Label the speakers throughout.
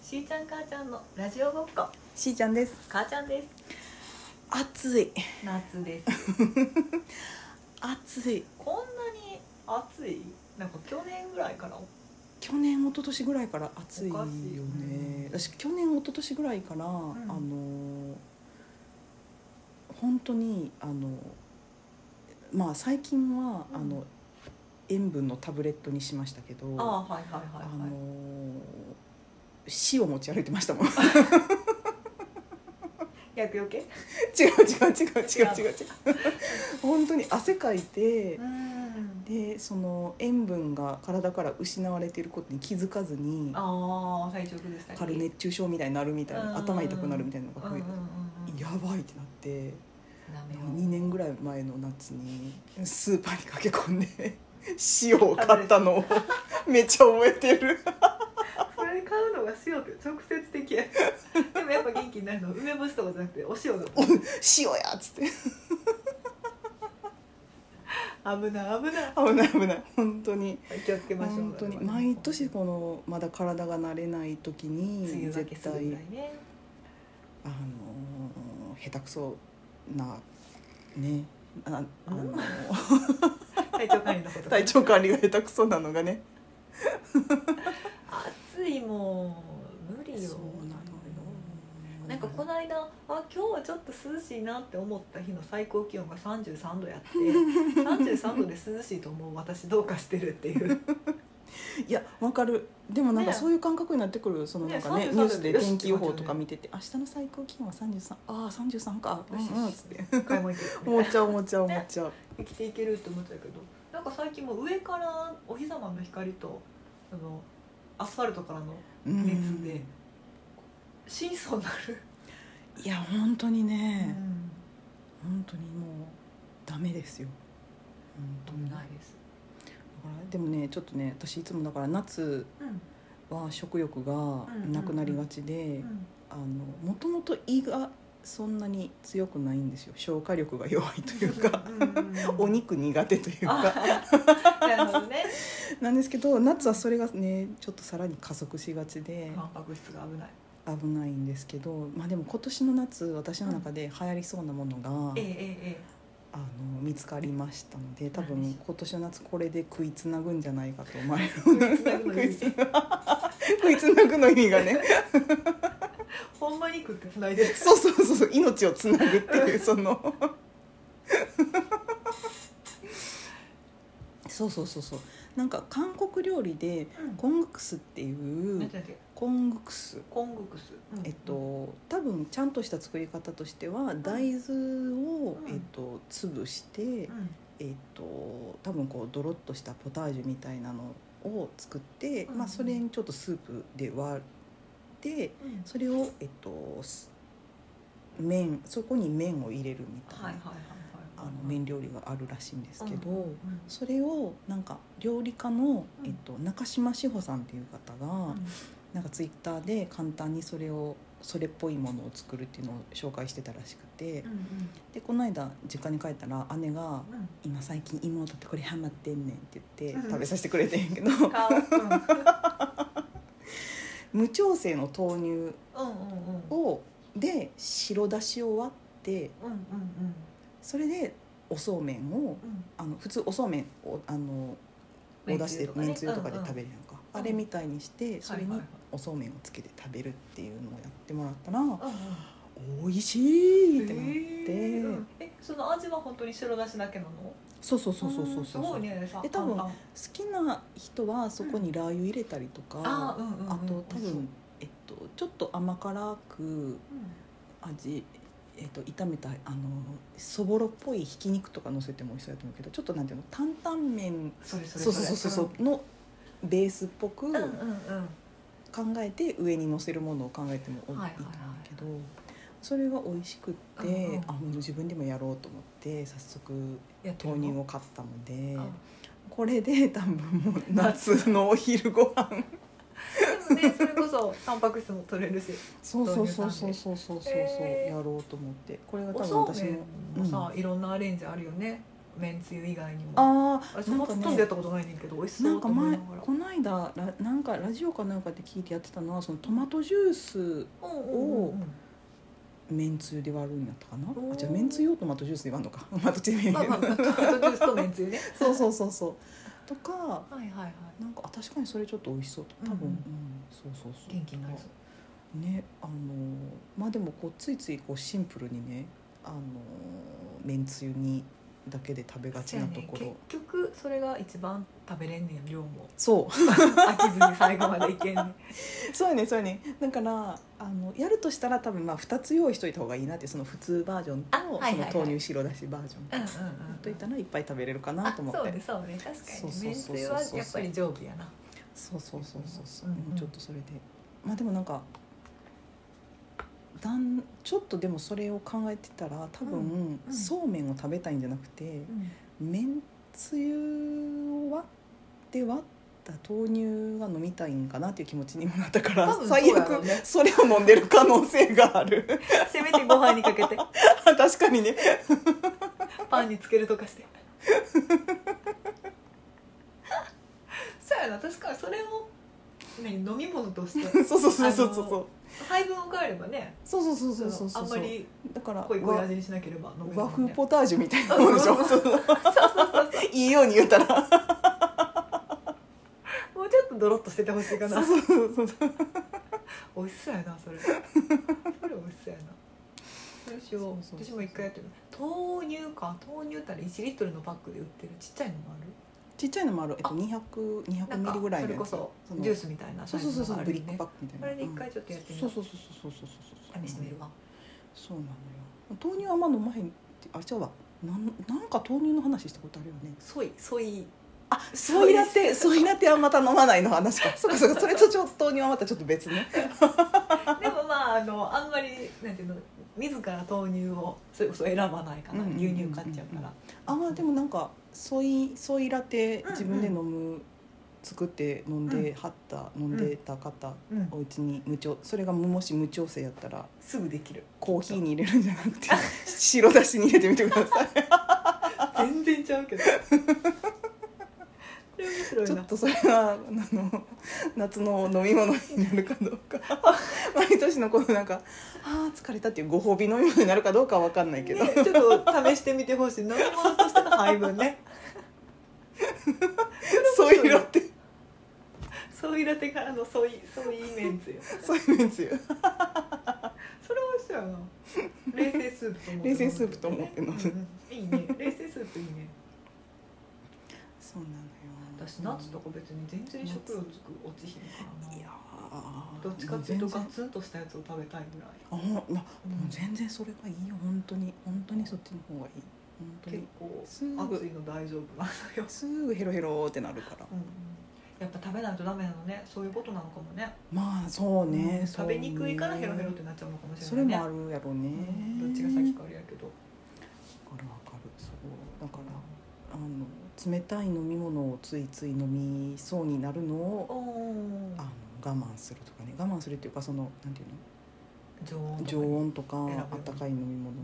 Speaker 1: しーちゃん母ちゃんのラジオごっこ
Speaker 2: しーちゃんです
Speaker 1: 母ちゃんです
Speaker 2: 暑い
Speaker 1: 夏です
Speaker 2: 暑い
Speaker 1: こんなに暑いなんか去年ぐらいから
Speaker 2: 去年一昨年ぐらいから暑いよ
Speaker 1: おかしい
Speaker 2: ね
Speaker 1: うん
Speaker 2: 私去年一昨年ぐらいから、あのー本当にあのまあ最近は、
Speaker 1: うん
Speaker 2: あの塩分のタブレットにしましたけど
Speaker 1: ああはいはい
Speaker 2: あ
Speaker 1: はい
Speaker 2: の
Speaker 1: はい
Speaker 2: ー死を持ち歩いてましたもん 違う
Speaker 1: 薬よけ
Speaker 2: 違う違う違う違う違う本当に汗かいて、
Speaker 1: ん
Speaker 2: でその塩分が体から失われていることに気づかずに
Speaker 1: ああ最直でした
Speaker 2: 軽熱中症みたいになるみたい
Speaker 1: うん
Speaker 2: な頭痛くなるみたいなの
Speaker 1: う
Speaker 2: が
Speaker 1: んう
Speaker 2: 増
Speaker 1: ん
Speaker 2: え
Speaker 1: うん
Speaker 2: て
Speaker 1: うん
Speaker 2: やばいってなって
Speaker 1: ダメよ
Speaker 2: 2年ぐらい前の夏にスーパーに駆け込んで塩を買ったのをめっちゃ覚えてる
Speaker 1: それ買うのが塩って直接的 やでもやっぱ元気になるのは梅干しとかじゃなくてお塩だ
Speaker 2: お塩やっつって
Speaker 1: 危ない危ない
Speaker 2: 危ない危ない本当に
Speaker 1: 気をつけましょう
Speaker 2: 本当に毎年このまだ体が慣れない時
Speaker 1: 梅雨
Speaker 2: に
Speaker 1: 明け
Speaker 2: 絶
Speaker 1: するぐ
Speaker 2: 対
Speaker 1: らいね
Speaker 2: あのー下手くそなねああのー
Speaker 1: 体調管理のこと
Speaker 2: 体調管理が下手くそなのがね
Speaker 1: 暑いもう無理よなんかこの間あ今日はちょっと涼しいなって思った日の最高気温が33度やって33度で涼しいと思う私どうかしてるっていう
Speaker 2: いやわかるでもなんか
Speaker 1: ね
Speaker 2: そういう感覚になってくる、そのなんかね
Speaker 1: ね
Speaker 2: ニュースで
Speaker 1: 33
Speaker 2: 天気予報とか見てて明日の最高気温は33ああ33かうんうんっつって
Speaker 1: 買い物行けるみたい
Speaker 2: 思
Speaker 1: な
Speaker 2: っちゃう思っちゃう思っちゃう、
Speaker 1: 生きていけるって思っちゃうけどなんか最近もう上からお日様の光とあのアスファルトからの
Speaker 2: うん
Speaker 1: 熱で真相になる、
Speaker 2: いや本当に
Speaker 1: う
Speaker 2: ね、
Speaker 1: ん、
Speaker 2: 本当にもうダメですよ本当にだ
Speaker 1: な
Speaker 2: か
Speaker 1: いです、
Speaker 2: らでもねちょっとね私いつもだから夏
Speaker 1: うん
Speaker 2: は食欲がなくなりがちで、
Speaker 1: うん、
Speaker 2: あのもともと胃がそんなに強くないんですよ消化力が弱いというか お肉苦手というか
Speaker 1: あなるほどね
Speaker 2: なんですけど夏はそれがねちょっとさらに加速しがちで
Speaker 1: タンパク質が危ない
Speaker 2: 危ないんですけど、まあ、でも今年の夏私の中で流行りそうなものが、
Speaker 1: ええええ
Speaker 2: あの見つかりましたので多
Speaker 1: 何で
Speaker 2: 分
Speaker 1: しょ
Speaker 2: 今年の夏これで食いつなぐんじゃないかと思われる
Speaker 1: 食いつなぐの意味
Speaker 2: 食いつなぐの意味がね
Speaker 1: えほんまに食ってつないでる
Speaker 2: そうそうそうそう命をつなぐっていうその そうそうそうそうなんか韓国料理でコングクスってい
Speaker 1: うん
Speaker 2: う
Speaker 1: 待って待って
Speaker 2: コングクス
Speaker 1: コングクス、うん
Speaker 2: えっと多分ちゃんとした作り方としては大豆
Speaker 1: う
Speaker 2: を
Speaker 1: ん
Speaker 2: えっと潰して
Speaker 1: うん
Speaker 2: えっと多分こうドロッとしたポタージュみたいなのを作って
Speaker 1: うん
Speaker 2: まあそれにちょっとスープで割って
Speaker 1: うん
Speaker 2: それを、えっと、す麺そこに麺を入れるみたいな、
Speaker 1: はいはいはいはい
Speaker 2: あの麺料理があるらしいんですけど、
Speaker 1: うんうん
Speaker 2: それをなんか料理家の、
Speaker 1: うん
Speaker 2: えっと、中島志保さんっていう方
Speaker 1: う
Speaker 2: が、
Speaker 1: ん
Speaker 2: なんかツイッターで簡単にそれをそれっぽいものを作るっていうのを紹介してたらしくて、
Speaker 1: うんうん
Speaker 2: でこの間実家に帰ったら姉が
Speaker 1: うん
Speaker 2: 「今最近妹ってこれハマってんねん」って言っ
Speaker 1: う
Speaker 2: て
Speaker 1: ん
Speaker 2: 食べさせてくれてんけ ど、
Speaker 1: 顔うん
Speaker 2: 無調整の豆乳
Speaker 1: うんうんうん
Speaker 2: をで白だしを割って
Speaker 1: うんうんうん
Speaker 2: それでおそうめんを
Speaker 1: うん
Speaker 2: あの普通おそうめんをあの
Speaker 1: め
Speaker 2: お
Speaker 1: ん
Speaker 2: 出
Speaker 1: つゆと
Speaker 2: 汁で
Speaker 1: かね
Speaker 2: めんつゆとかで食べるやんか、
Speaker 1: うん
Speaker 2: あれみたいにしてそれ
Speaker 1: はい
Speaker 2: に
Speaker 1: はい
Speaker 2: おそうめんをつけて食べるっていうのをやってもらったら、
Speaker 1: はいうんうん
Speaker 2: 美味しいってなって、
Speaker 1: えーうんえその味は本当に白だしだけなの
Speaker 2: そうそうそうそうそ
Speaker 1: ん
Speaker 2: う
Speaker 1: す
Speaker 2: そう
Speaker 1: ご
Speaker 2: 好
Speaker 1: いねさ
Speaker 2: で多分
Speaker 1: あ
Speaker 2: きな人はそこにラー油入れたりとか、
Speaker 1: あうんうんうん
Speaker 2: あと多
Speaker 1: 美味しそう
Speaker 2: 分、えっと、ちょっと甘辛く味えっと、炒めたあのそぼろっぽいひき肉とか乗せても美味しそうやと思うけどちょっとなんていうの担々麺
Speaker 1: それそれ
Speaker 2: そうそうそうそうそうのベースっぽく
Speaker 1: うんうん
Speaker 2: 考
Speaker 1: うん
Speaker 2: えて上に乗せるものを考えてもいいと思
Speaker 1: は
Speaker 2: う
Speaker 1: いはいはい
Speaker 2: けどそれが美味しくって、
Speaker 1: うんうん
Speaker 2: あもう自分でもやろうと思って早速
Speaker 1: やってる
Speaker 2: 豆
Speaker 1: の
Speaker 2: 乳を買ったので
Speaker 1: あ
Speaker 2: これで多分もう夏のお昼ご飯
Speaker 1: でもねそれこそタンパク質も取れるし
Speaker 2: そうそうそうそうそうそうそうそう
Speaker 1: へー
Speaker 2: やろうと思ってこれが
Speaker 1: お
Speaker 2: 多分
Speaker 1: そう
Speaker 2: 私
Speaker 1: め
Speaker 2: の
Speaker 1: んもさ、いろんなアレンジあるよねめんつゆ以外にも
Speaker 2: ああ
Speaker 1: 私も
Speaker 2: なん
Speaker 1: 包
Speaker 2: かね
Speaker 1: んでやったことないねんけど美味し
Speaker 2: な
Speaker 1: そうんと
Speaker 2: か
Speaker 1: 思い
Speaker 2: 前
Speaker 1: ながら
Speaker 2: この間ラなんかラジオかなんかで聞いてやってたのはそのトマトジュース
Speaker 1: うんうんうんうん
Speaker 2: めんつゆで割るんだったかな
Speaker 1: おー
Speaker 2: あじゃあめんつゆをトマトジュースで割るのか まあどっちでもいい
Speaker 1: まあ
Speaker 2: け
Speaker 1: まあ
Speaker 2: ど
Speaker 1: トマトジュースとめんつゆね
Speaker 2: そうそうそうそうとか
Speaker 1: はいはいはい
Speaker 2: なんかあ確かにそれちょっと美味しそうと多分、
Speaker 1: うん
Speaker 2: うんそうそうそう
Speaker 1: 元気になりそう
Speaker 2: ねあのーまあでもこうついついこうシンプルにねあのーめんつゆにだけで食べがちなとこ
Speaker 1: そうや
Speaker 2: ろ
Speaker 1: ね結局それが一番食べれんねん量も
Speaker 2: そう
Speaker 1: 飽きずに最後までいけんねん
Speaker 2: そうやねそうやねだからあのやるとしたら多分まあ2つ用意しといた方がいいなってその普通バージョンと
Speaker 1: あはいはいはい
Speaker 2: その豆乳白だしバージョン
Speaker 1: うんうん
Speaker 2: やっと
Speaker 1: う
Speaker 2: い
Speaker 1: ん
Speaker 2: たらいっぱい食べれるかな
Speaker 1: あ
Speaker 2: と思
Speaker 1: そ
Speaker 2: っ
Speaker 1: う
Speaker 2: て
Speaker 1: ねそうね確か
Speaker 2: そう
Speaker 1: にね
Speaker 2: そう
Speaker 1: めん
Speaker 2: そうそう
Speaker 1: つゆはやっぱり常備やな
Speaker 2: そうそうそうそうそう、
Speaker 1: うんうん
Speaker 2: ちょっとそれでまあでもなんかだんちょっとでもそれを考えてたら多分、
Speaker 1: うんうん
Speaker 2: そうめんを食べたいんじゃなくて
Speaker 1: うん
Speaker 2: めんつゆを割って割った豆乳が飲みたいんかなっていう気持ちにもなったから
Speaker 1: 多分そう
Speaker 2: 最
Speaker 1: やろう
Speaker 2: 悪
Speaker 1: ね
Speaker 2: それを飲んでる可能性が ある
Speaker 1: せめてご飯にかけて
Speaker 2: 確か にね
Speaker 1: パンにつけるとかして そうやな確かにそれも何飲み物として
Speaker 2: そうそうそうそうそう
Speaker 1: あの配分を変えればね
Speaker 2: そうそうそうそうそう
Speaker 1: そ
Speaker 2: そう
Speaker 1: のあんまり
Speaker 2: だから
Speaker 1: 濃い濃い味にしなければ飲める
Speaker 2: 和
Speaker 1: もん
Speaker 2: 和風
Speaker 1: ね
Speaker 2: ポタージュみたいなものでしょそうそう いいように言ったら
Speaker 1: もうちょっとドロッとしててほしいかな
Speaker 2: そうそうそうそう
Speaker 1: 美味しそうやなそれそれ美味しそうやなどうしよう
Speaker 2: そうそうそう
Speaker 1: 私も一回やってる豆乳か豆乳ったら1リットルのパックで売ってるちっちゃいのもある
Speaker 2: ちっちゃいのもあるえっと200 200ミリぐらい
Speaker 1: そ
Speaker 2: の
Speaker 1: れ
Speaker 2: や
Speaker 1: こ
Speaker 2: つ
Speaker 1: そ
Speaker 2: その
Speaker 1: ジュースみたいな
Speaker 2: そうそうそうそう
Speaker 1: サイ
Speaker 2: ブ
Speaker 1: ズ
Speaker 2: リ
Speaker 1: の
Speaker 2: ッ
Speaker 1: があるね
Speaker 2: クパックみたいな
Speaker 1: あれで一回ちょっとやってみよ
Speaker 2: そううそうそうそうそうそうそう
Speaker 1: 試してみるわ
Speaker 2: そうなのよ豆乳あんま飲まへんってあれ違うわなんなんか豆乳の話したことあるよね
Speaker 1: ソイソイ
Speaker 2: あソイラテソイラテはまた飲まないの話かそうかそうかそれとちょっと豆乳はまたちょっと別ね
Speaker 1: でもまああのあんまりなんていうの自ら豆乳をそれこそ選ばないかな、
Speaker 2: うんうんうんうん
Speaker 1: 牛乳買っちゃうから
Speaker 2: あーでもなんかソイソイラテ
Speaker 1: うん
Speaker 2: 自分で飲む、作って飲んではった、飲んでた方、
Speaker 1: うん
Speaker 2: お家に無調それがもし無調整やったら
Speaker 1: すぐできる
Speaker 2: コーヒーに入れるんじゃなくて 白だしに入れてみてください
Speaker 1: 全然ちゃうけど それ面白い
Speaker 2: ちょ
Speaker 1: な
Speaker 2: っとそれはあの 夏の飲み物になるかどうか 毎年のこのなんかあー疲れたっていうご褒美飲み物になるかどうかは分かんないけど、
Speaker 1: ね、ちょっと試してみてほしい飲み物としての配分ね
Speaker 2: ソイラテ
Speaker 1: そういうラテからのそういうそういうメンツよ
Speaker 2: ソイめんつゆ
Speaker 1: それはそうやな冷製スープと思って
Speaker 2: 冷製スープと思って飲む
Speaker 1: うんうんいいね冷製スープいいね
Speaker 2: そうなのよ
Speaker 1: 私ナッツとか別に全然食料つく落ちひんからない
Speaker 2: やー
Speaker 1: どっちかっていうと
Speaker 2: も全
Speaker 1: ガ
Speaker 2: 然
Speaker 1: ツンとしたやつを食べたいぐらい
Speaker 2: あほんま
Speaker 1: うん
Speaker 2: もう全然それがいいよ本当に本当にそっちの方がいい本当
Speaker 1: 結
Speaker 2: に
Speaker 1: 構
Speaker 2: すぐ
Speaker 1: 熱いの大丈夫なのよ、
Speaker 2: すぐヘロヘロってなるから
Speaker 1: うんうん、やっぱ食べないとダメなのねそういうことなのかもね
Speaker 2: まあそうね、
Speaker 1: うん
Speaker 2: そう
Speaker 1: 食
Speaker 2: ね
Speaker 1: べにくいからヘロヘロってなっちゃうのかもし
Speaker 2: そ
Speaker 1: れない
Speaker 2: れ
Speaker 1: ね
Speaker 2: もあるやろうね、
Speaker 1: うんどっちが先かあれやけど
Speaker 2: わかるわかるそうだからあの冷たい飲み物をついつい飲みそうになるのを
Speaker 1: お
Speaker 2: あの我慢するとかね我慢するっていうかそのなんていう
Speaker 1: 常温
Speaker 2: の常温
Speaker 1: 選
Speaker 2: と
Speaker 1: ぶ
Speaker 2: か
Speaker 1: よ
Speaker 2: あったかい飲み物も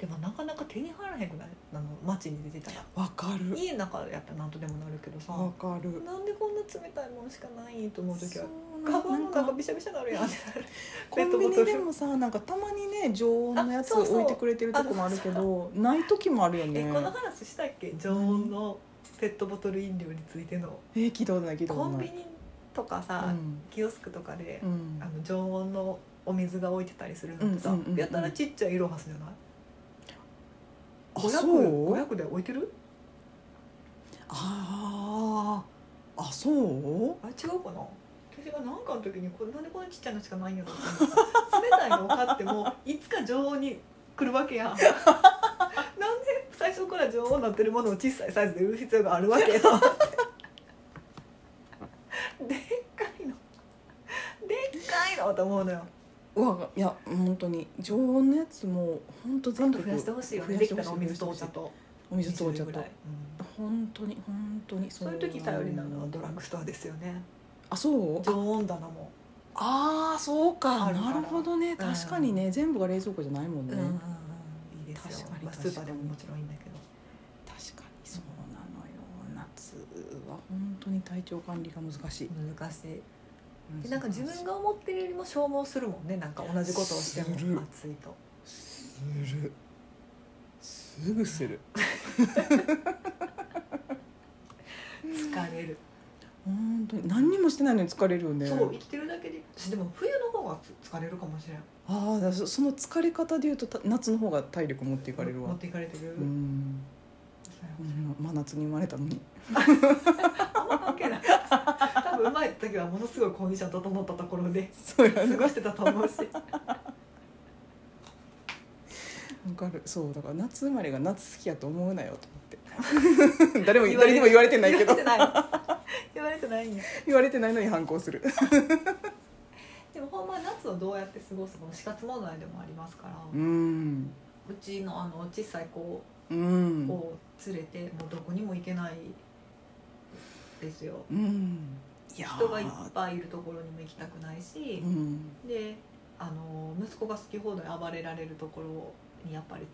Speaker 1: でもなかなか手に入らへんくないあの街に出てたら
Speaker 2: わかる
Speaker 1: 家の中やったらなんとでもなるけどさ
Speaker 2: わかる
Speaker 1: なんでこんな冷たいもんしかないと思う時は
Speaker 2: そうな
Speaker 1: カ
Speaker 2: ん
Speaker 1: バンの
Speaker 2: なん
Speaker 1: 中
Speaker 2: か
Speaker 1: びしゃびしゃなるやん
Speaker 2: コンビニでもさなんかたまにね常温のやつ
Speaker 1: あそうそう
Speaker 2: 置いてくれてるとこもあるけどない時もあるよ
Speaker 1: え
Speaker 2: ね
Speaker 1: この話したっけ常温のペットボトル飲料についての
Speaker 2: え聞いたことない聞いたこ
Speaker 1: コ
Speaker 2: と
Speaker 1: ン
Speaker 2: な
Speaker 1: ビ
Speaker 2: い
Speaker 1: ニとか
Speaker 2: う
Speaker 1: さ、
Speaker 2: ん
Speaker 1: キオスクとかで
Speaker 2: う、ん
Speaker 1: あの常温のお水が置いてたりするのってさ、
Speaker 2: うんうんうんうん
Speaker 1: やたらちっちゃいイロハスじゃない
Speaker 2: あそう
Speaker 1: 500 500で置いてる
Speaker 2: あーあそう
Speaker 1: あれ違うかな私が何かの時にこれなんでこんなちっちゃいのしかないんやろって思った冷たいのを買ってもいつか常温に来るわ けやんなんで最初から常温になってるものを小さいサイズで売る必要があるわけやと思ってでっかいのでっかいのと思うのよ
Speaker 2: うわいや本当に常温のやつも本当全国増や
Speaker 1: でき
Speaker 2: して
Speaker 1: た
Speaker 2: ほ
Speaker 1: ら
Speaker 2: しい
Speaker 1: お水とお茶と
Speaker 2: お水とお
Speaker 1: 二種
Speaker 2: 茶
Speaker 1: 類ぐ
Speaker 2: と
Speaker 1: らいうん
Speaker 2: 本当に本当に
Speaker 1: そういう時頼りなのはドラッグストアですよね
Speaker 2: あそう
Speaker 1: 常温棚も
Speaker 2: ああそうか
Speaker 1: あるから
Speaker 2: なるほどね
Speaker 1: ん
Speaker 2: 確かにね、全部が冷蔵庫じゃないもんね、
Speaker 1: うんうんうんいいですよ
Speaker 2: 確かに
Speaker 1: まあスーパーでももちろんいいんだけど
Speaker 2: 確は本当に体調管理が難しい
Speaker 1: 難しいでなんか自分が思ってるよりも消耗するもんねなんか同じことをしても
Speaker 2: する
Speaker 1: 暑いと
Speaker 2: するすぐする
Speaker 1: 疲れる、
Speaker 2: 本当に何にもしてないのに疲れるよね
Speaker 1: そう生きてるだけで私でも冬の方がつ疲れるかもしれん
Speaker 2: ああだそその疲れ方でいうとた夏の方が体力持っていかれる
Speaker 1: 持
Speaker 2: わ
Speaker 1: っていかれてる、
Speaker 2: うんうん真夏に生まれたのに
Speaker 1: あんま関係 ない多分生まれた時はものすごいコンディション整ったところで
Speaker 2: そうや
Speaker 1: 過
Speaker 2: ね
Speaker 1: ごしてたと思う し
Speaker 2: わかるそうだから夏生まれが夏好きやと思うなよと思 って誰も
Speaker 1: 言われ
Speaker 2: 誰にも言われてないけど
Speaker 1: 言われてない言われてないんや
Speaker 2: 言われてないのに反抗する
Speaker 1: でもほんま夏をどうやって過ごすかも死活問題でもありますから、
Speaker 2: う
Speaker 1: うんちのあの小さい子を
Speaker 2: うん
Speaker 1: を連れてもうどこにも行けないですよ
Speaker 2: うんいやー
Speaker 1: 人がいっぱいいるところにも行きたくないし
Speaker 2: う、ん
Speaker 1: であの息子が好き放題暴れられるところにやっぱり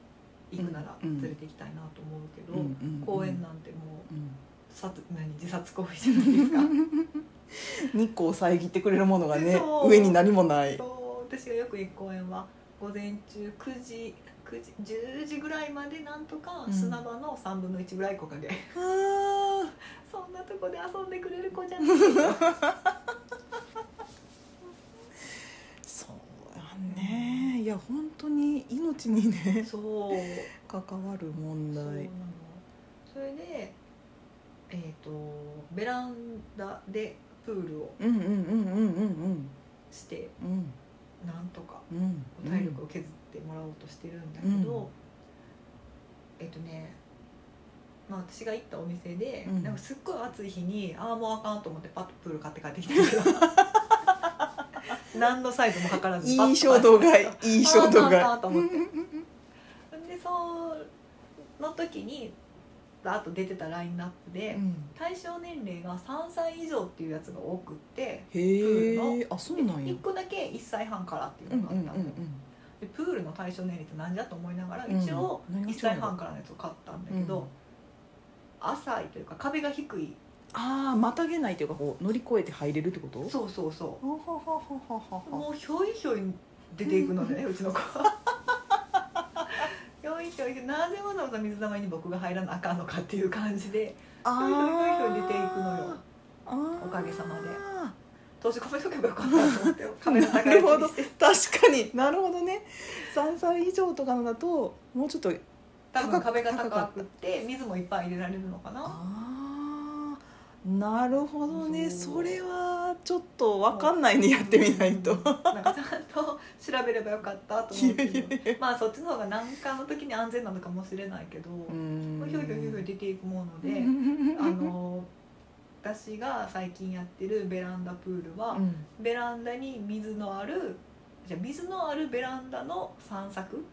Speaker 1: 行くなら
Speaker 2: うん
Speaker 1: 連れて行きたいなと思うけど、
Speaker 2: うんうん
Speaker 1: 公園なんてもう
Speaker 2: うん
Speaker 1: 殺何自殺行為じゃないです か
Speaker 2: 日光を遮ってくれるものがね
Speaker 1: そう
Speaker 2: 上に何もない
Speaker 1: そう私がよく行く公園は午前中9時9時10時ぐらいまでなんとか
Speaker 2: うん
Speaker 1: 砂場の3分の1ぐらい木陰、
Speaker 2: あ
Speaker 1: そんなとこで遊んでくれる子じゃ ない
Speaker 2: ーそうやねいや本当に命にね
Speaker 1: そう
Speaker 2: 関わる問
Speaker 1: そうなの
Speaker 2: 題
Speaker 1: それでえっ、とベランダでプールを
Speaker 2: うんうんうんうんうん
Speaker 1: して
Speaker 2: うんうん
Speaker 1: なんとか
Speaker 2: うん
Speaker 1: 体力を削ってもらおうとしてるんだけど、
Speaker 2: うん
Speaker 1: えっとねまあ、私が行ったお店で、
Speaker 2: うん
Speaker 1: なんかすっごい暑い日にああもうあかんと思ってパッとプール買って帰ってきたけど 何のサイズも測らずパッと
Speaker 2: いい衝動買い
Speaker 1: 買って
Speaker 2: いい衝動買い
Speaker 1: あーあーあーと思って
Speaker 2: うんうんうん
Speaker 1: きたでそうの時にバーッと出てたラインナップで、
Speaker 2: うん
Speaker 1: 対象年齢が3歳以上っていうやつが多くって
Speaker 2: へえあそうなんや
Speaker 1: 1個だけ1歳半からっていううんの
Speaker 2: うん
Speaker 1: が
Speaker 2: う
Speaker 1: あっ
Speaker 2: ん
Speaker 1: た
Speaker 2: うん
Speaker 1: だよ、
Speaker 2: ん
Speaker 1: でプールの対象年齢って何じゃと思いながら、
Speaker 2: うん
Speaker 1: 一応
Speaker 2: 何が違うの
Speaker 1: 1歳半からのやつを買ったんだけど、
Speaker 2: うん
Speaker 1: 浅いというか壁が低い
Speaker 2: ああまたげないというかこう乗り越えて入れるってこと
Speaker 1: そうそうそ
Speaker 2: ははははは
Speaker 1: う
Speaker 2: はは
Speaker 1: もうひょいひょい出ていくの ね、うちの子は ひょいひょいなぜわざわざ水たまりに僕が入らなあかんのかっていう感じでひょいひょいひょいひょい出ていくのよおかげさまで当時米とけばよかったと思ってカメラ高いやつにして
Speaker 2: 確かになるほどね3歳以上とかのだともうちょっと
Speaker 1: 多分壁が高くって水もいっぱい入れられるのかな
Speaker 2: ああなるほどね
Speaker 1: そう
Speaker 2: それはちょっと分かんないねやってみないと
Speaker 1: うんなんかちゃんと調べればよかったと思うけどまあそっちの方が難関の時に安全なのかもしれないけど、
Speaker 2: うん
Speaker 1: ひょいひょいひょいひょい出ていくもので、あの私が最近やってるベランダプールは、
Speaker 2: うん
Speaker 1: ベランダに水のあるじゃあ水のあるベランダの散策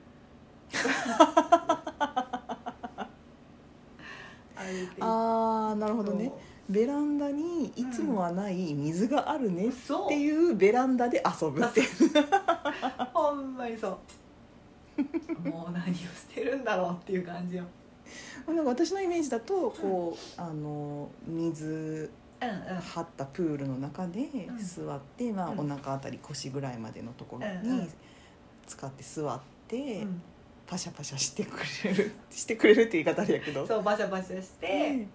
Speaker 1: 歩いていく
Speaker 2: ああなるほどねベランダにいつもはない水があるねっ
Speaker 1: そう
Speaker 2: ていうベランダで遊ぶって
Speaker 1: ほんまにそうもう何をしてるんだろうっていう感じよ、
Speaker 2: なんか私のイメージだとこう、あの水
Speaker 1: うんうん、
Speaker 2: 張ったプールの中で
Speaker 1: ん
Speaker 2: 座って、まあ、
Speaker 1: う
Speaker 2: お
Speaker 1: ん
Speaker 2: 腹あたり腰ぐらいまでのところ
Speaker 1: うんう
Speaker 2: に
Speaker 1: ん
Speaker 2: 使って座って、
Speaker 1: うん
Speaker 2: パシャパシャしてくれる してくれるって言い方あれやけど。
Speaker 1: そうバシャバシャして、
Speaker 2: ね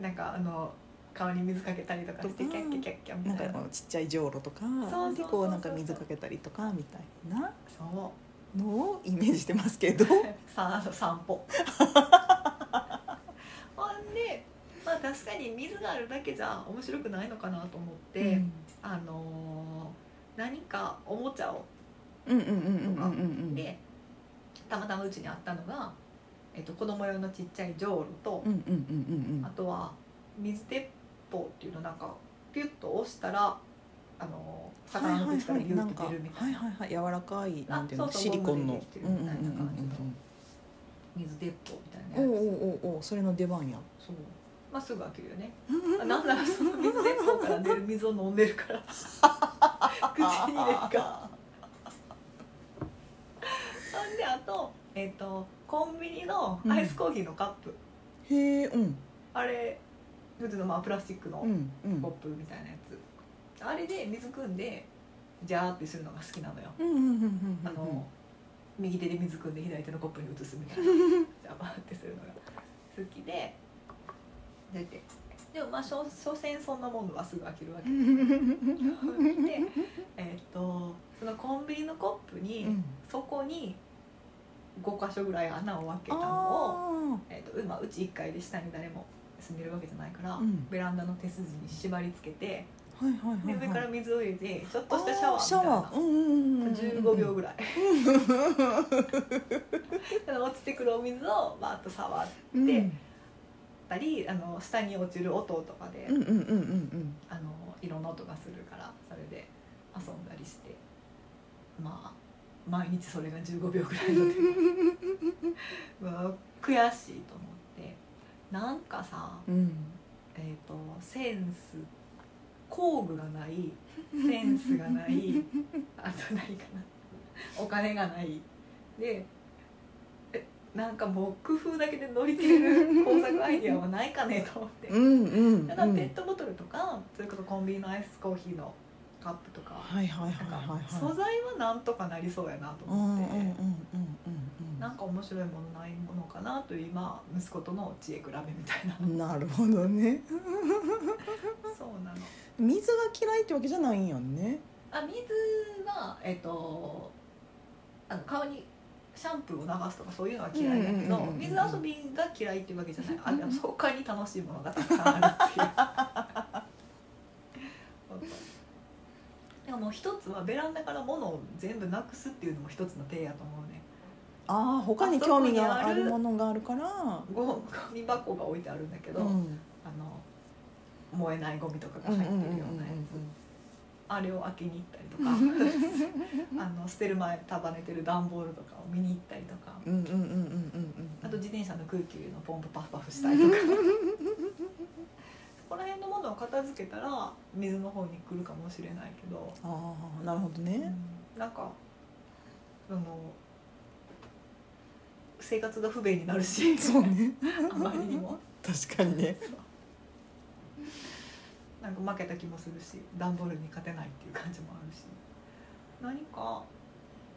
Speaker 1: なんかあの顔に水かけたりとかして
Speaker 2: とか
Speaker 1: キャッキャキャッキャみ
Speaker 2: なんか
Speaker 1: たいな
Speaker 2: あのちっちゃいじょうろとか
Speaker 1: そうそうそ
Speaker 2: で
Speaker 1: うそう
Speaker 2: こうなんか水かけたりとかみたいな
Speaker 1: そう
Speaker 2: のをイメージしてますけど
Speaker 1: さあ散歩ほんでまあ確かに水があるだけじゃ面白くないのかなと思って、
Speaker 2: うん
Speaker 1: あのー何かおもちゃを
Speaker 2: うんうんうんうんうんうん
Speaker 1: でたまたまうちにあったのが、えっと、子供用のちっちゃいじょうろと、
Speaker 2: うんうんうんうん
Speaker 1: あとは水鉄砲っていうのなんかピュッと押したらあのー魚の口からギュッと出るみたいな
Speaker 2: はいはいはいなんかはいはいはい柔らかいなんていうの
Speaker 1: あそうそう
Speaker 2: シリコン
Speaker 1: ゴム
Speaker 2: の
Speaker 1: でできてるみたいな感じの水鉄砲みた
Speaker 2: うん
Speaker 1: い
Speaker 2: うん
Speaker 1: なや
Speaker 2: うん
Speaker 1: つ
Speaker 2: うんおうおうおうおうそれの出番や
Speaker 1: そうまあすぐ開けるよねあなんならその水鉄砲から出る水を飲んでるから 口に入れるからほんであと,、えっとコンビニのアイスコーヒーのカップ、
Speaker 2: へえうん
Speaker 1: あれ普通のまあプラスチックの
Speaker 2: うんうん
Speaker 1: コップみたいなやつ、あれで水汲んでジャーってするのが好きなのよ、
Speaker 2: うんうんうんうん
Speaker 1: あの右手で水汲んで左手のコップに移すみ たいなジャバーってするのが好きで出てでもまあ所所詮そんなものはすぐ飽きるわけ
Speaker 2: う
Speaker 1: で
Speaker 2: ん
Speaker 1: でえっとそのコンビニのコップに、
Speaker 2: うん
Speaker 1: そこに5箇所ぐらい穴を開けたのを
Speaker 2: あ
Speaker 1: えーとまあ、うち1階で下に誰も住んでるわけじゃないから、
Speaker 2: うん
Speaker 1: ベランダの手筋に縛り付けて
Speaker 2: ーはいはいはい
Speaker 1: で
Speaker 2: はい
Speaker 1: 上から水を入れてちょっと
Speaker 2: あ
Speaker 1: したシャワー
Speaker 2: ー
Speaker 1: み
Speaker 2: シ
Speaker 1: たい
Speaker 2: ャ
Speaker 1: な
Speaker 2: ワーうんうんうんうん
Speaker 1: 15秒ぐらいあの落ちてくるお水をバーッと触っ
Speaker 2: うん
Speaker 1: でたりあの下に落ちる音とかで、
Speaker 2: うんうんうんうんうん
Speaker 1: あのいろんな音がするからそれで遊んだりしてまあ毎日それが15秒ぐらいの 手間うわ悔しいと思ってなんかさ
Speaker 2: うん
Speaker 1: えー、とセンス工具がないセンスがない あと何かなお金がないでえなんかもう工夫だけで乗り切れる工作アイディアはないかねと思って
Speaker 2: うんうん
Speaker 1: ただペットボトルとかそれこそコンビニのアイスコーヒーのカップとか
Speaker 2: はいはい
Speaker 1: な
Speaker 2: はい
Speaker 1: んか
Speaker 2: はいはい
Speaker 1: 素材はなんとかなりそうやなと
Speaker 2: うんうんうん
Speaker 1: 思って、
Speaker 2: うんうん
Speaker 1: なんか面白いものないものかなという今息子との知恵比べみたいな
Speaker 2: うんなるほどね
Speaker 1: そうなの。
Speaker 2: 水が嫌いってわけじゃないんやんね
Speaker 1: あ水はえっ、とあの顔にシャンプーを流すとかそういうのは嫌いだけ
Speaker 2: うんうんうん
Speaker 1: ど
Speaker 2: うん
Speaker 1: 水遊びが嫌いっていうわけじゃないあでも他に楽しいものがたくさんあるっていう本当。でももう一つはベランダから物を全部なくすっていうのも一つの手やと思うね
Speaker 2: ああ他に興味があるものがあるから
Speaker 1: ゴゴミ箱が置いてあるんだけど、
Speaker 2: うん
Speaker 1: あの燃えないゴミとか
Speaker 2: うんうん
Speaker 1: が入って
Speaker 2: うん
Speaker 1: るようなやつあれを開けに行ったりとか あの捨てる前束ねてる段ボールとかを見に行ったりとか
Speaker 2: うんうんうんうんうんうん
Speaker 1: あと自転車の空気のポンプパフパフしたりと かそこら辺のものを片付けたら水の方に来るかもしれないけど、
Speaker 2: ああなるほど
Speaker 1: う
Speaker 2: ね
Speaker 1: んなんかその生活が不便になるし
Speaker 2: そうね
Speaker 1: あまりにも
Speaker 2: 確かにね
Speaker 1: なんか負けた気もするし段ボールに勝てないっていう感じもあるし何か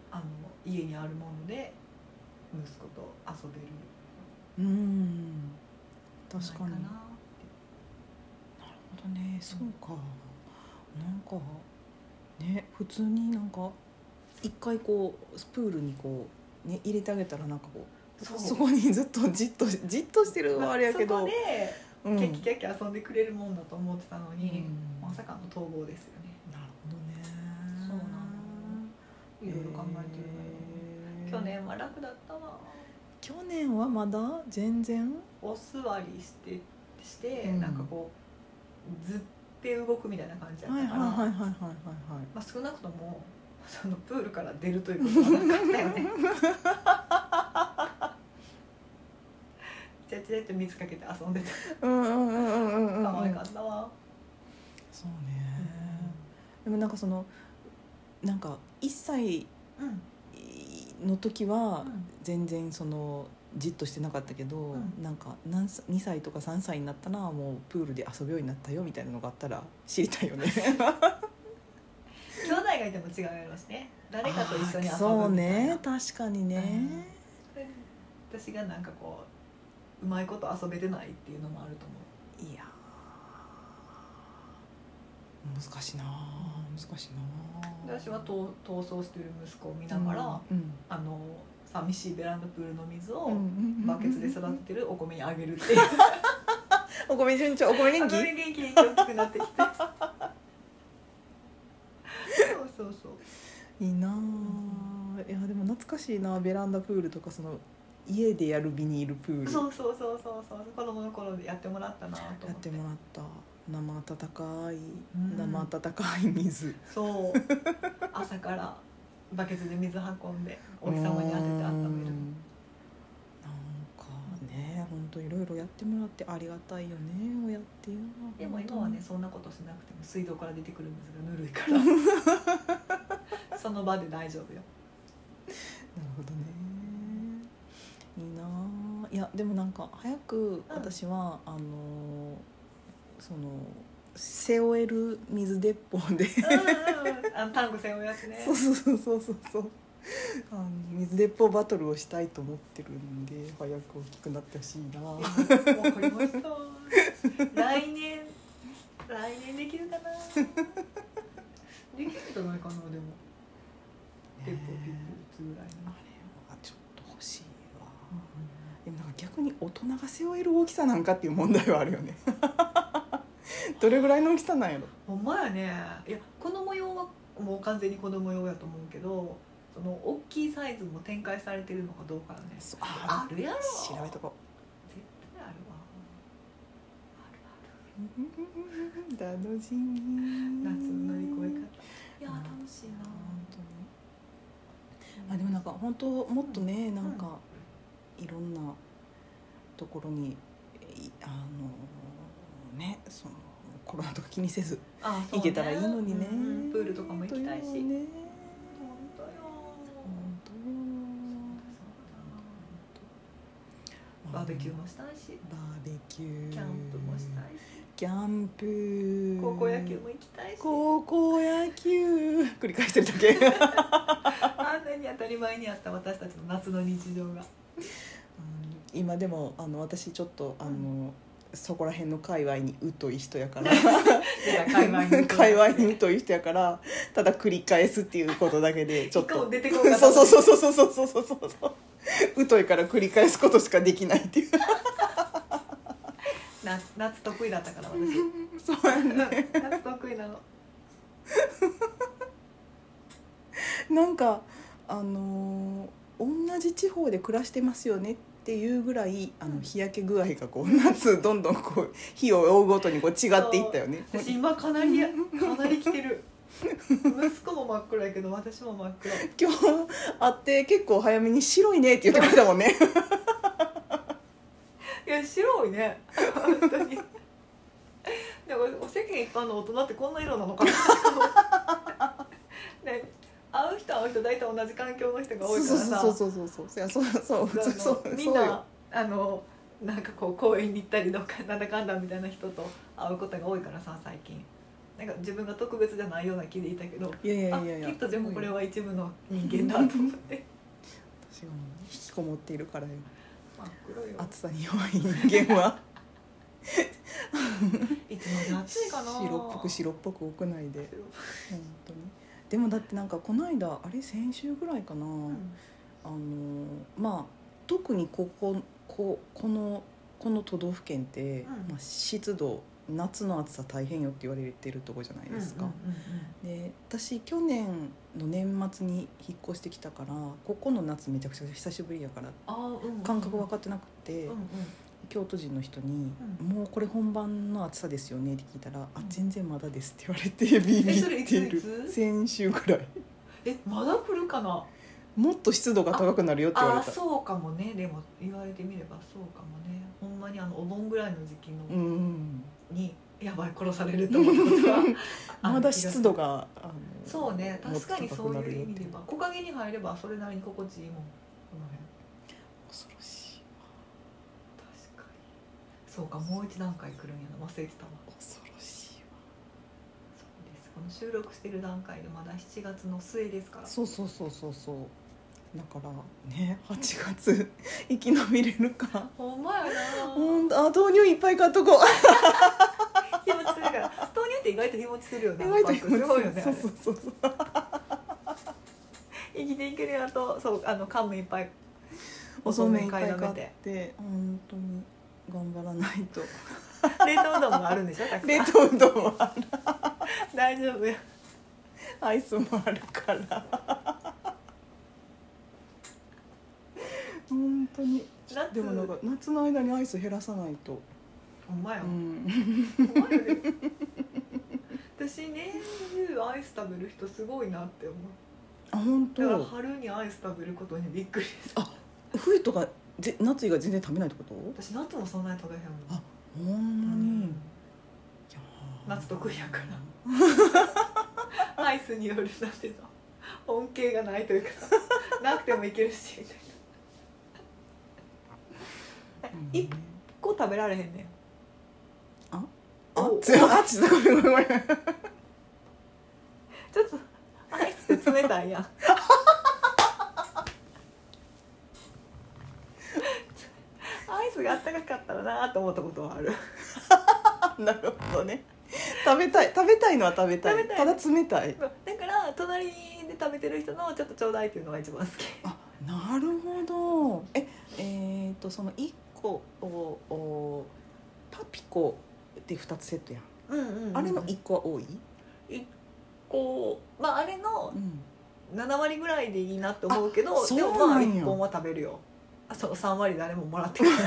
Speaker 1: あの家にあるもので息子と遊べる
Speaker 2: うん確かに
Speaker 1: な
Speaker 2: ないるほどねそうかなんかね普通になんか一回こうプールにこうね入れてあげたらなんかこう
Speaker 1: そ
Speaker 2: そうこにずっとじっとじっとしてる
Speaker 1: かな
Speaker 2: はあれやけ
Speaker 1: そこ
Speaker 2: ど
Speaker 1: で
Speaker 2: う
Speaker 1: キ
Speaker 2: ん
Speaker 1: ャッキャッキャ遊んでくれるもんだと思ってたのに、
Speaker 2: うん
Speaker 1: まさかの統合ですよね
Speaker 2: なるほどね
Speaker 1: そうなのいろいろ考えてる
Speaker 2: へ
Speaker 1: の
Speaker 2: ー
Speaker 1: よ去年は楽だったわ
Speaker 2: 去年はまだ全然
Speaker 1: お座りしてして、
Speaker 2: うん
Speaker 1: なんかこうずって動くみたいな感じだっ
Speaker 2: はいは
Speaker 1: た
Speaker 2: い
Speaker 1: か
Speaker 2: は
Speaker 1: ら、
Speaker 2: いはいはいはいはい
Speaker 1: まあ、少なくともそのプールから出るということはなかったよ ねちゃちゃっと水かけて遊んでた
Speaker 2: うんうんうんうんうんうん
Speaker 1: 可愛かったわ、
Speaker 2: そうねでもなんかそのなんか1歳
Speaker 1: うん
Speaker 2: の時は
Speaker 1: うん
Speaker 2: 全然そのじっとしてなかったけど、
Speaker 1: ん
Speaker 2: なんか何歳2歳とか3歳になったらもうプールで遊ぶようになったよみたいなのがあったら知りたいよね
Speaker 1: 兄弟がいても違うやろうしね 誰かと一緒に遊ぶみたいな
Speaker 2: そうね確かにね、
Speaker 1: 私がなんかこううまいこと遊べてないっていうのもあると思う
Speaker 2: いやー難しいなあ難しいなあ
Speaker 1: 私はと逃走してる息子を見ながら、
Speaker 2: うん
Speaker 1: あの寂しいベランダプールの水
Speaker 2: う
Speaker 1: を
Speaker 2: んうんうんうん
Speaker 1: バケツで育ててるお米にあげるっていう
Speaker 2: お米順調お米元気
Speaker 1: あのね元気元気大きくなってきてそうそうそう
Speaker 2: いいなあ、いやでも懐かしいなあベランダプールとかその家でやるビニールプール
Speaker 1: そうそうそうそうそう子供の頃でやってもらったなと
Speaker 2: や
Speaker 1: 思っ
Speaker 2: っ
Speaker 1: て
Speaker 2: てもらった生温かい、
Speaker 1: ん
Speaker 2: 生温かい水
Speaker 1: そう朝からバケツで水運んでお日様に当てて温める
Speaker 2: うんなんかね本当いろいろやってもらってありがたいよね親っていうのは
Speaker 1: でも今はねそんなことしなくても水道から出てくる水がぬるいから その場で大丈夫よ
Speaker 2: なるほどねいいなあいやでもなんか早く私は、あのその背負える水鉄砲 で
Speaker 1: あのタンク専用やつね
Speaker 2: そうそうそうそうそうそうあの水鉄砲バトルをしたいと思ってるんで早く大きくなってほしいな
Speaker 1: わかりました来年来年できるかなできるんじゃないかなでも結構ピック打
Speaker 2: ね
Speaker 1: つぐらい
Speaker 2: あれ
Speaker 1: の
Speaker 2: はちょっと欲しいわでもなんか逆に大人が背負える大きさなんかっていう問題はあるよ ねどれぐらいの大きさなんやろ
Speaker 1: ほんまやねいやこの模様はもう完全に子供用やと思うけどその大きいサイズも展開されてるのかどうかよね
Speaker 2: そうあ
Speaker 1: あるやろ
Speaker 2: 調べとこ
Speaker 1: 絶対あるわあるある
Speaker 2: う楽しみ
Speaker 1: 夏の乗り越え方いや
Speaker 2: うん
Speaker 1: 楽しいな
Speaker 2: 本当にまあでもなんか本当もっとねなんかいろんなところにいあのねそのコロナとか気にせず
Speaker 1: あそうね
Speaker 2: 行けたらいいのにね
Speaker 1: うんうんプールとかも行きたいし
Speaker 2: 本当よね
Speaker 1: 本当よ
Speaker 2: 本当よ
Speaker 1: バーベキュー
Speaker 2: バ
Speaker 1: もしたいし
Speaker 2: ーベキュー
Speaker 1: キャンプもしたいし
Speaker 2: キャンプ
Speaker 1: 高校野球も行きたいし
Speaker 2: 高校野球繰り返してるだけあ
Speaker 1: あんなに当たり前にあった私たちの夏の日常 が
Speaker 2: の今でもあの私ちょっとあの、
Speaker 1: う
Speaker 2: そこら辺の界隈に疎い人やから
Speaker 1: 界隈に
Speaker 2: 界隈に疎い人やからただ繰り返すっていうことだけでちょっ
Speaker 1: 一個も
Speaker 2: と
Speaker 1: 出てこなか った
Speaker 2: そうそうそうそうそうそうそうそうそう疎いから繰り返すことしかできないっていう
Speaker 1: な夏得意だったから私
Speaker 2: そうやね
Speaker 1: 夏得意なの
Speaker 2: なんかあのー同じ地方で暮らしてますよねっていうぐらいあ
Speaker 1: う
Speaker 2: の
Speaker 1: ん
Speaker 2: 日焼け具合がこう夏どんどんこう日を追うごとにこう違っていったよね。
Speaker 1: 私今かなりかなり来てる息子も真っ暗やけど私も真っ暗
Speaker 2: 今日会って結構早めに「白いね」って言ってくれたもんね
Speaker 1: いや白いね本当にでも世間一般の大人ってこんな色なのかなね会う人は会う人大体同じ環境の人が多
Speaker 2: そ
Speaker 1: い
Speaker 2: う
Speaker 1: からさ
Speaker 2: そうそうそうそうそうそうそうそうそうそう
Speaker 1: あのみん
Speaker 2: そうよ
Speaker 1: なあのなんかこう公園に行ったりとかなんだかんだみたいな人と会うことが多いからさ最近なんか自分が特別じゃないような気でいたけど
Speaker 2: いやいやいやいや
Speaker 1: あきっとでもこれは一部の人間だと思って
Speaker 2: 私がもう引きこもっているからよ
Speaker 1: 真っ黒よ
Speaker 2: 暑さに弱い人間はい
Speaker 1: つまで暑いかな
Speaker 2: 白っぽく白っぽく屋内で
Speaker 1: 白っぽ
Speaker 2: 本当にでもだってなんかこの間あれ先週ぐらいかな、
Speaker 1: く
Speaker 2: あのーまあ特にここここのこの都道府県って、
Speaker 1: うん
Speaker 2: まあ、湿度夏の暑さ大変よって言われてるとこじゃないですか、
Speaker 1: うんうんうんうん
Speaker 2: で私去年の年末に引っ越してきたからここの夏めちゃくちゃ久しぶりやから
Speaker 1: あーうん
Speaker 2: 感覚分か
Speaker 1: っ
Speaker 2: ってなくて、
Speaker 1: てうんうん
Speaker 2: 京都人の人に、
Speaker 1: うん
Speaker 2: もうこれ本番の暑さですよね」って聞いたら「あ
Speaker 1: うん
Speaker 2: 全然まだです」って言われてビビ
Speaker 1: それ
Speaker 2: っ
Speaker 1: いつ
Speaker 2: て
Speaker 1: い
Speaker 2: る
Speaker 1: つ
Speaker 2: 先週ぐらい
Speaker 1: えまだ来るかな
Speaker 2: もっと湿度が高くなるよって言わ
Speaker 1: あ
Speaker 2: れ
Speaker 1: ー
Speaker 2: た
Speaker 1: そうかもねでも言われてみればそうかもねほんまにあのお盆ぐらいの時期の、
Speaker 2: うん
Speaker 1: にやばい殺されると思ったこと はあ
Speaker 2: まだ湿度
Speaker 1: ある
Speaker 2: があの
Speaker 1: 気がそうね
Speaker 2: もっ
Speaker 1: 確
Speaker 2: と
Speaker 1: かにそう
Speaker 2: 高くなる
Speaker 1: いう
Speaker 2: よ
Speaker 1: 意
Speaker 2: っ
Speaker 1: 味
Speaker 2: て
Speaker 1: では木陰に入ればそれなりに心地いいもんこの辺
Speaker 2: 恐ろしい
Speaker 1: 確かにそうかもう一段階来るんやな忘れてたわ
Speaker 2: 恐ろしい
Speaker 1: そうですこの収録してる段階でまだ7月の末ですから
Speaker 2: わそうそうそうそうそうだからね8月生き延びれるか
Speaker 1: ほんまやな
Speaker 2: ほんとあ豆乳いっぱい買っとこ う
Speaker 1: 日持ちするから豆乳って意外と日持ちするよね
Speaker 2: 意外と
Speaker 1: パックすごいよね
Speaker 2: そうそうそうそう
Speaker 1: 生きていけるやとそうあの缶もいっぱい
Speaker 2: おそうめんいっぱ
Speaker 1: 買い
Speaker 2: い
Speaker 1: だめ
Speaker 2: 買ってて本当に頑張らない と
Speaker 1: 冷凍うどんもあるんでしょたく
Speaker 2: 冷
Speaker 1: さん
Speaker 2: 凍うどんもある
Speaker 1: 大丈夫よ
Speaker 2: アイスもあるから本当に
Speaker 1: 夏
Speaker 2: でもなんか夏の間にアイス減らさないと、
Speaker 1: ほんま
Speaker 2: う
Speaker 1: よ、
Speaker 2: ん、
Speaker 1: ほんまよね私年中アイス食べる人すごいなって思う
Speaker 2: あ本当
Speaker 1: だから春にアイス食べることにびっくりした
Speaker 2: 冬とかぜ夏以外全然食べないってこと
Speaker 1: 私夏もそんなに食べへんもん
Speaker 2: あほんまに、いやー
Speaker 1: 夏得意やからアイスによるなんていうの恩恵がないというか なくてもいけるしみたいな
Speaker 2: うん
Speaker 1: 一個食べられへんねん
Speaker 2: ああ
Speaker 1: お
Speaker 2: っちあっちごめんごめんごめん
Speaker 1: ちょっとアイスって冷たいやんアイスがあったかかったらなと思ったことはある
Speaker 2: あなるほどね食べたい食べたいのは食べたい
Speaker 1: 食べた
Speaker 2: た
Speaker 1: い
Speaker 2: だ冷たい
Speaker 1: だから隣で食べてる人のちょっとちょうだいっていうのが一番好き
Speaker 2: あなるほどええー、とその1個をおパピコで2つセットやん、
Speaker 1: うんうんうん
Speaker 2: あれの1個は多い、
Speaker 1: 一個まああれの
Speaker 2: ん、
Speaker 1: 7割ぐらいでいいなって思うけ
Speaker 2: あ
Speaker 1: ど
Speaker 2: そう
Speaker 1: でもまあ
Speaker 2: なんや
Speaker 1: 1本は食べるよあそう3割誰ももらってくれない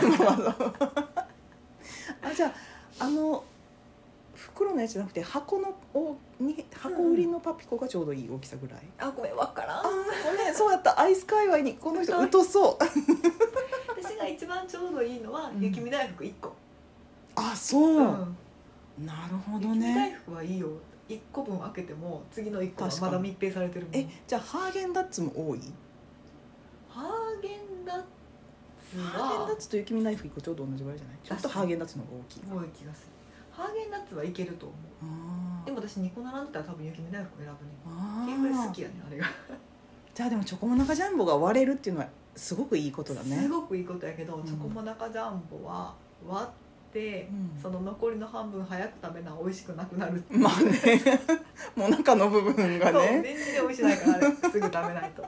Speaker 2: あじゃああの袋のやつじゃなくて箱のおに箱売りのパピコがちょうどいい大きさぐらい、
Speaker 1: あごめん分からん
Speaker 2: あ ごめんそうやったアイス界隈にこの人疎そう
Speaker 1: 私が一番ちょうどいいのは
Speaker 2: うん
Speaker 1: 雪見大福1個
Speaker 2: あそう、
Speaker 1: うん
Speaker 2: なるほ
Speaker 1: 雪
Speaker 2: ど
Speaker 1: 見大
Speaker 2: ね
Speaker 1: 福はいいよ1個分開けても次の1個は
Speaker 2: 確か
Speaker 1: ま
Speaker 2: に
Speaker 1: だ密閉されてるもん
Speaker 2: えじゃあハーゲンダッツも多い
Speaker 1: ハーゲンダッツ
Speaker 2: ハーゲン
Speaker 1: は
Speaker 2: ダッツと雪見ナイフ1個ちょうど同じぐらいじゃないちょっとハーゲンダッツの方が大きい
Speaker 1: すごい気がするハーゲンダッツはいけると思う
Speaker 2: あー
Speaker 1: でも私2個並んでたら多分雪見大福選ぶね
Speaker 2: あ
Speaker 1: 結構好き
Speaker 2: ー
Speaker 1: やねあれが
Speaker 2: じゃあでもチョコモナカジャンボが割れるっていうのはすごくいいことだね
Speaker 1: すごくいいことやけど、
Speaker 2: うん
Speaker 1: チョコモナカジャンボは割って、
Speaker 2: うん
Speaker 1: その残りの半分早く食べな美味しくなくなる
Speaker 2: まあね もう中の部分が
Speaker 1: そう全
Speaker 2: ね
Speaker 1: 然美味しないからあれすぐ食べない と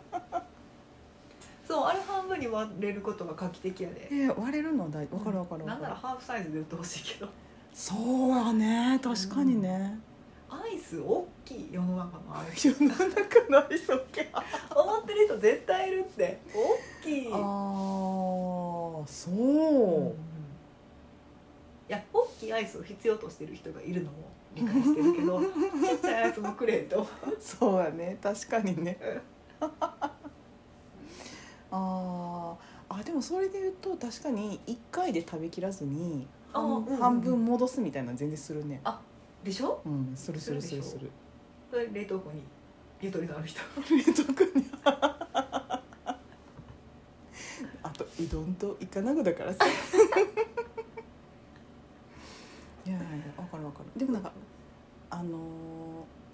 Speaker 1: そうあれ半分に割れることが画期的やで
Speaker 2: えー割れるのは大分かる分かる分
Speaker 1: なん
Speaker 2: か
Speaker 1: な
Speaker 2: る
Speaker 1: らハーフサイズで売ってほしいけど
Speaker 2: そうはね確かにね、
Speaker 1: アイス大きい世の中のアイス
Speaker 2: 世の中のアイスオッケーあ
Speaker 1: 思ってる人絶対いるって大きい
Speaker 2: あーそう、
Speaker 1: うんいや大きいアイスを必要としてる人がいるのも理解してるけ どちっちゃいアイスもくれと
Speaker 2: そうやね確かにね あーあでもそれで言うと確かに1回で食べきらずに
Speaker 1: あ
Speaker 2: 半,、
Speaker 1: うんうん
Speaker 2: 分戻すみたいなの全然するね
Speaker 1: でしょ
Speaker 2: うんするするするす
Speaker 1: する
Speaker 2: る
Speaker 1: それ冷凍庫にゆとりのある人
Speaker 2: 冷凍庫にあとうどんとイカナゴだ からさいやいや分かる分かるでもなんかあのー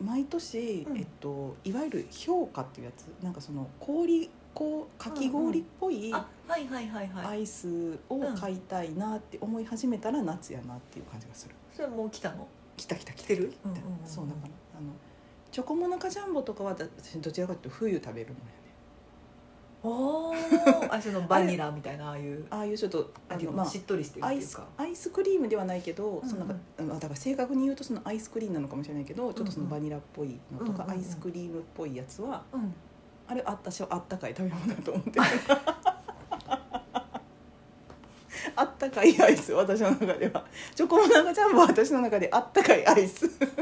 Speaker 2: 毎年、
Speaker 1: うん
Speaker 2: えっと、いわゆる評価っていうやつなんかその氷こうかき氷っぽい
Speaker 1: あはいはいはいは
Speaker 2: ア
Speaker 1: い
Speaker 2: イスを買いたいなって思い始めたら夏やなっていう感じがする
Speaker 1: それもう来たの
Speaker 2: 来た来た来た
Speaker 1: 来てる
Speaker 2: 来た
Speaker 1: うんうんうんうん
Speaker 2: そうだからあのチョコモナカジャンボとかはだ私どちらかというと冬食べるのよね
Speaker 1: おおあそのバニラみたいなああいう
Speaker 2: ああいうちょっとあ
Speaker 1: あ
Speaker 2: の
Speaker 1: の、
Speaker 2: ま
Speaker 1: しっ
Speaker 2: あ
Speaker 1: とりしてるっ
Speaker 2: ア
Speaker 1: て
Speaker 2: イ
Speaker 1: いう
Speaker 2: ス
Speaker 1: か
Speaker 2: アイスクリームではないけど、
Speaker 1: うん
Speaker 2: そのなんかうんあだから正確に言うとそのアイスクリームなのかもしれないけど、ちょっとそのバニラっぽいのとか、
Speaker 1: うんうんうん
Speaker 2: アイスクリームっぽいやつは
Speaker 1: うん
Speaker 2: あれあ私はあったかい食べ物だと思ってる あったかいアイス私の中ではチョコモナカジャンボは私の中であったかいアイス だか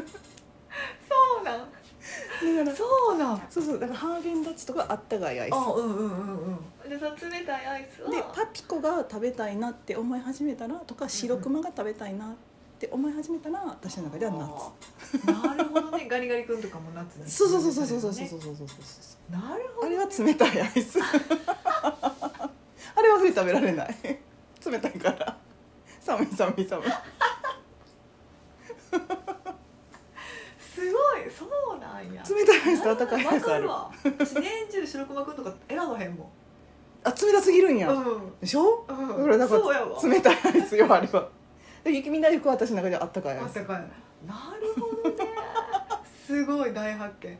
Speaker 1: そうなん
Speaker 2: ら
Speaker 1: そうなん
Speaker 2: そうそうだからハーゲンダッツとかあったかいアイス
Speaker 1: あうんうんうんうんでその冷たいアイスは
Speaker 2: でパピコが食べたいなって思い始めたらとか白熊が食べたいなって思い始めたら私の中では夏
Speaker 1: 夏なるほどねガリガリ君とかも夏に
Speaker 2: そうそうそうそうそうそうそう
Speaker 1: ね
Speaker 2: そうそうそう
Speaker 1: なるほ
Speaker 2: あ
Speaker 1: ど
Speaker 2: れは冷たいアイスあれは冬食べられない冷たいから寒い寒い寒い
Speaker 1: すごいそうなんや
Speaker 2: 冷たいアイスと暖かいア
Speaker 1: わ
Speaker 2: イスあ
Speaker 1: か
Speaker 2: る
Speaker 1: るわ私年中白熊くんとか選ばへんもん
Speaker 2: あ冷たすぎるんや、
Speaker 1: う
Speaker 2: でしょ、
Speaker 1: ん
Speaker 2: だ
Speaker 1: う
Speaker 2: か
Speaker 1: ん
Speaker 2: らなん
Speaker 1: そうやわ
Speaker 2: か冷たいアイスよあれはで雪見大福は私の中ではあったかいア
Speaker 1: あ
Speaker 2: イ
Speaker 1: っ
Speaker 2: ス
Speaker 1: たかいなるほどねすごい大発見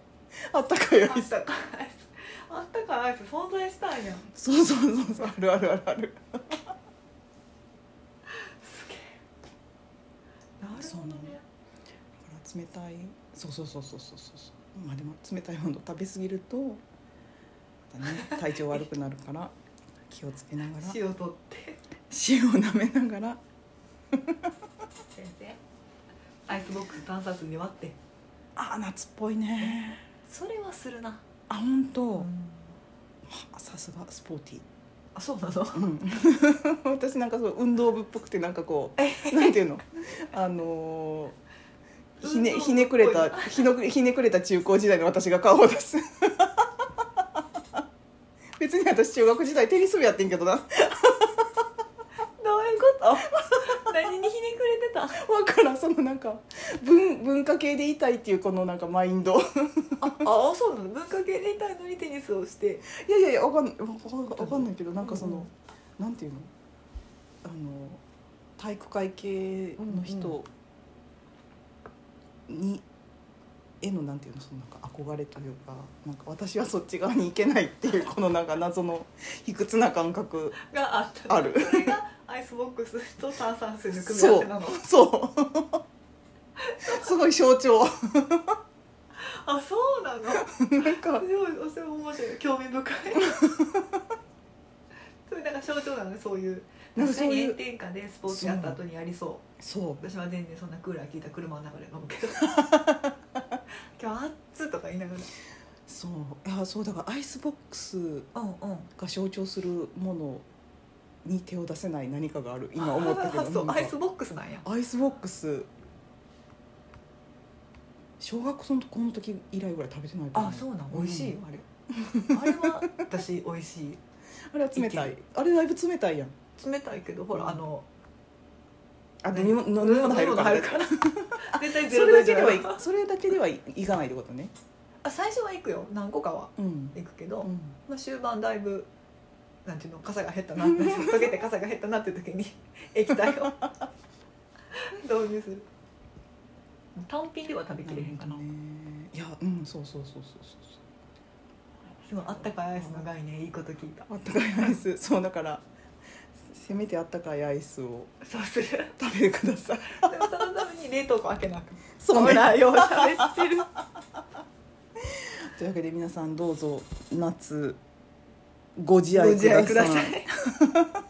Speaker 2: あったかいア
Speaker 1: あ
Speaker 2: イ
Speaker 1: っ
Speaker 2: ス
Speaker 1: たかいアイスあったかいアイス存在したんや
Speaker 2: そうそうそうそうあるあるあるある
Speaker 1: すげえなるほどね
Speaker 2: 冷たいそうそうそうそうそうそうそうまあでも冷たいもの食べ過ぎると、またね、体調悪くなるから 気をつけながら
Speaker 1: 塩取って
Speaker 2: 塩を舐めながら
Speaker 1: 先生アイスボックス炭殺に割って
Speaker 2: あー夏っぽいね
Speaker 1: それはするな
Speaker 2: あ本当、
Speaker 1: うん
Speaker 2: あさすがスポーティ
Speaker 1: あそうなの
Speaker 2: ー、うん、 私なんかそう運動部っぽくてなんかこ うなんていうのあのーひねひねくれたひのくひねくれた中高時代の私が顔を出す 別に私中学時代テニス部やってんけどな
Speaker 1: どういうこと 何にひねくれてた
Speaker 2: わからんそのなんなんか文文化系でいたいっていうこのなんかマイン
Speaker 1: あ
Speaker 2: ド
Speaker 1: あそうなの文化系でいたいのにテニスをして
Speaker 2: いやいやいやわかんないわわわかんないけどなんかその、なんていうのあの体育会系の人に、絵のなんていうのそのなんか憧れというかなんか私はそっち側に行けないっていうこのなんか謎の 卑屈な感覚
Speaker 1: があった
Speaker 2: ある
Speaker 1: それがアイスボックスと炭酸水の組み合わせなの
Speaker 2: そう すごい象徴
Speaker 1: あそうなのす
Speaker 2: なんか
Speaker 1: ごいそれ面白い興味 深いそれなんか象徴なのねそういう
Speaker 2: なん
Speaker 1: 確か
Speaker 2: かそう
Speaker 1: に
Speaker 2: いう
Speaker 1: 炎天下でスポーツやった後にやりそう
Speaker 2: そう
Speaker 1: 私は全然そんなクーラー効いた車の中で飲むけ ど今日暑っとか言いなが
Speaker 2: そういやそうだからアイスボックス
Speaker 1: らうんうん
Speaker 2: が象徴するものに手を出せない何かがある今思ったけど
Speaker 1: そう
Speaker 2: なん
Speaker 1: ア
Speaker 2: か
Speaker 1: イスボックスなんや
Speaker 2: アイスボックス小学校のこの時以来ぐらい食べてないと思
Speaker 1: あそうなん
Speaker 2: ん
Speaker 1: 美味しいよあれあれは私美味しい
Speaker 2: あれは冷た
Speaker 1: い
Speaker 2: い
Speaker 1: け
Speaker 2: あれだいぶ冷たいやん
Speaker 1: 冷たいけどほら、
Speaker 2: うん
Speaker 1: あの
Speaker 2: あ飲み物飲み物入るから
Speaker 1: 飲み物入るか ら絶対ゼ
Speaker 2: そ
Speaker 1: ロ
Speaker 2: れだけでは
Speaker 1: 度以上
Speaker 2: い
Speaker 1: やわ
Speaker 2: それだけではいいかないってことね
Speaker 1: あ最初は行くよ何個かは
Speaker 2: うん、
Speaker 1: 行くけど、
Speaker 2: うん、
Speaker 1: まあ、終盤だいぶなんていうの傘が減ったなって溶けて傘が減ったなっていう 時に液体を導入する単品では食べきれへんかな
Speaker 2: るほどねいやうんそうそうそうそうそうそう
Speaker 1: でもあったかいアイスの概念いいこと聞いた
Speaker 2: あったかいアイス そうだからせめてあったかいアイスを
Speaker 1: そうする
Speaker 2: 食べてください
Speaker 1: でもそのために冷凍庫開けなく
Speaker 2: そうね
Speaker 1: ほらよう 喋ってる
Speaker 2: というわけで皆さんどうぞ夏ご自愛く
Speaker 1: ご
Speaker 2: ださ
Speaker 1: 自愛くださ
Speaker 2: い
Speaker 1: い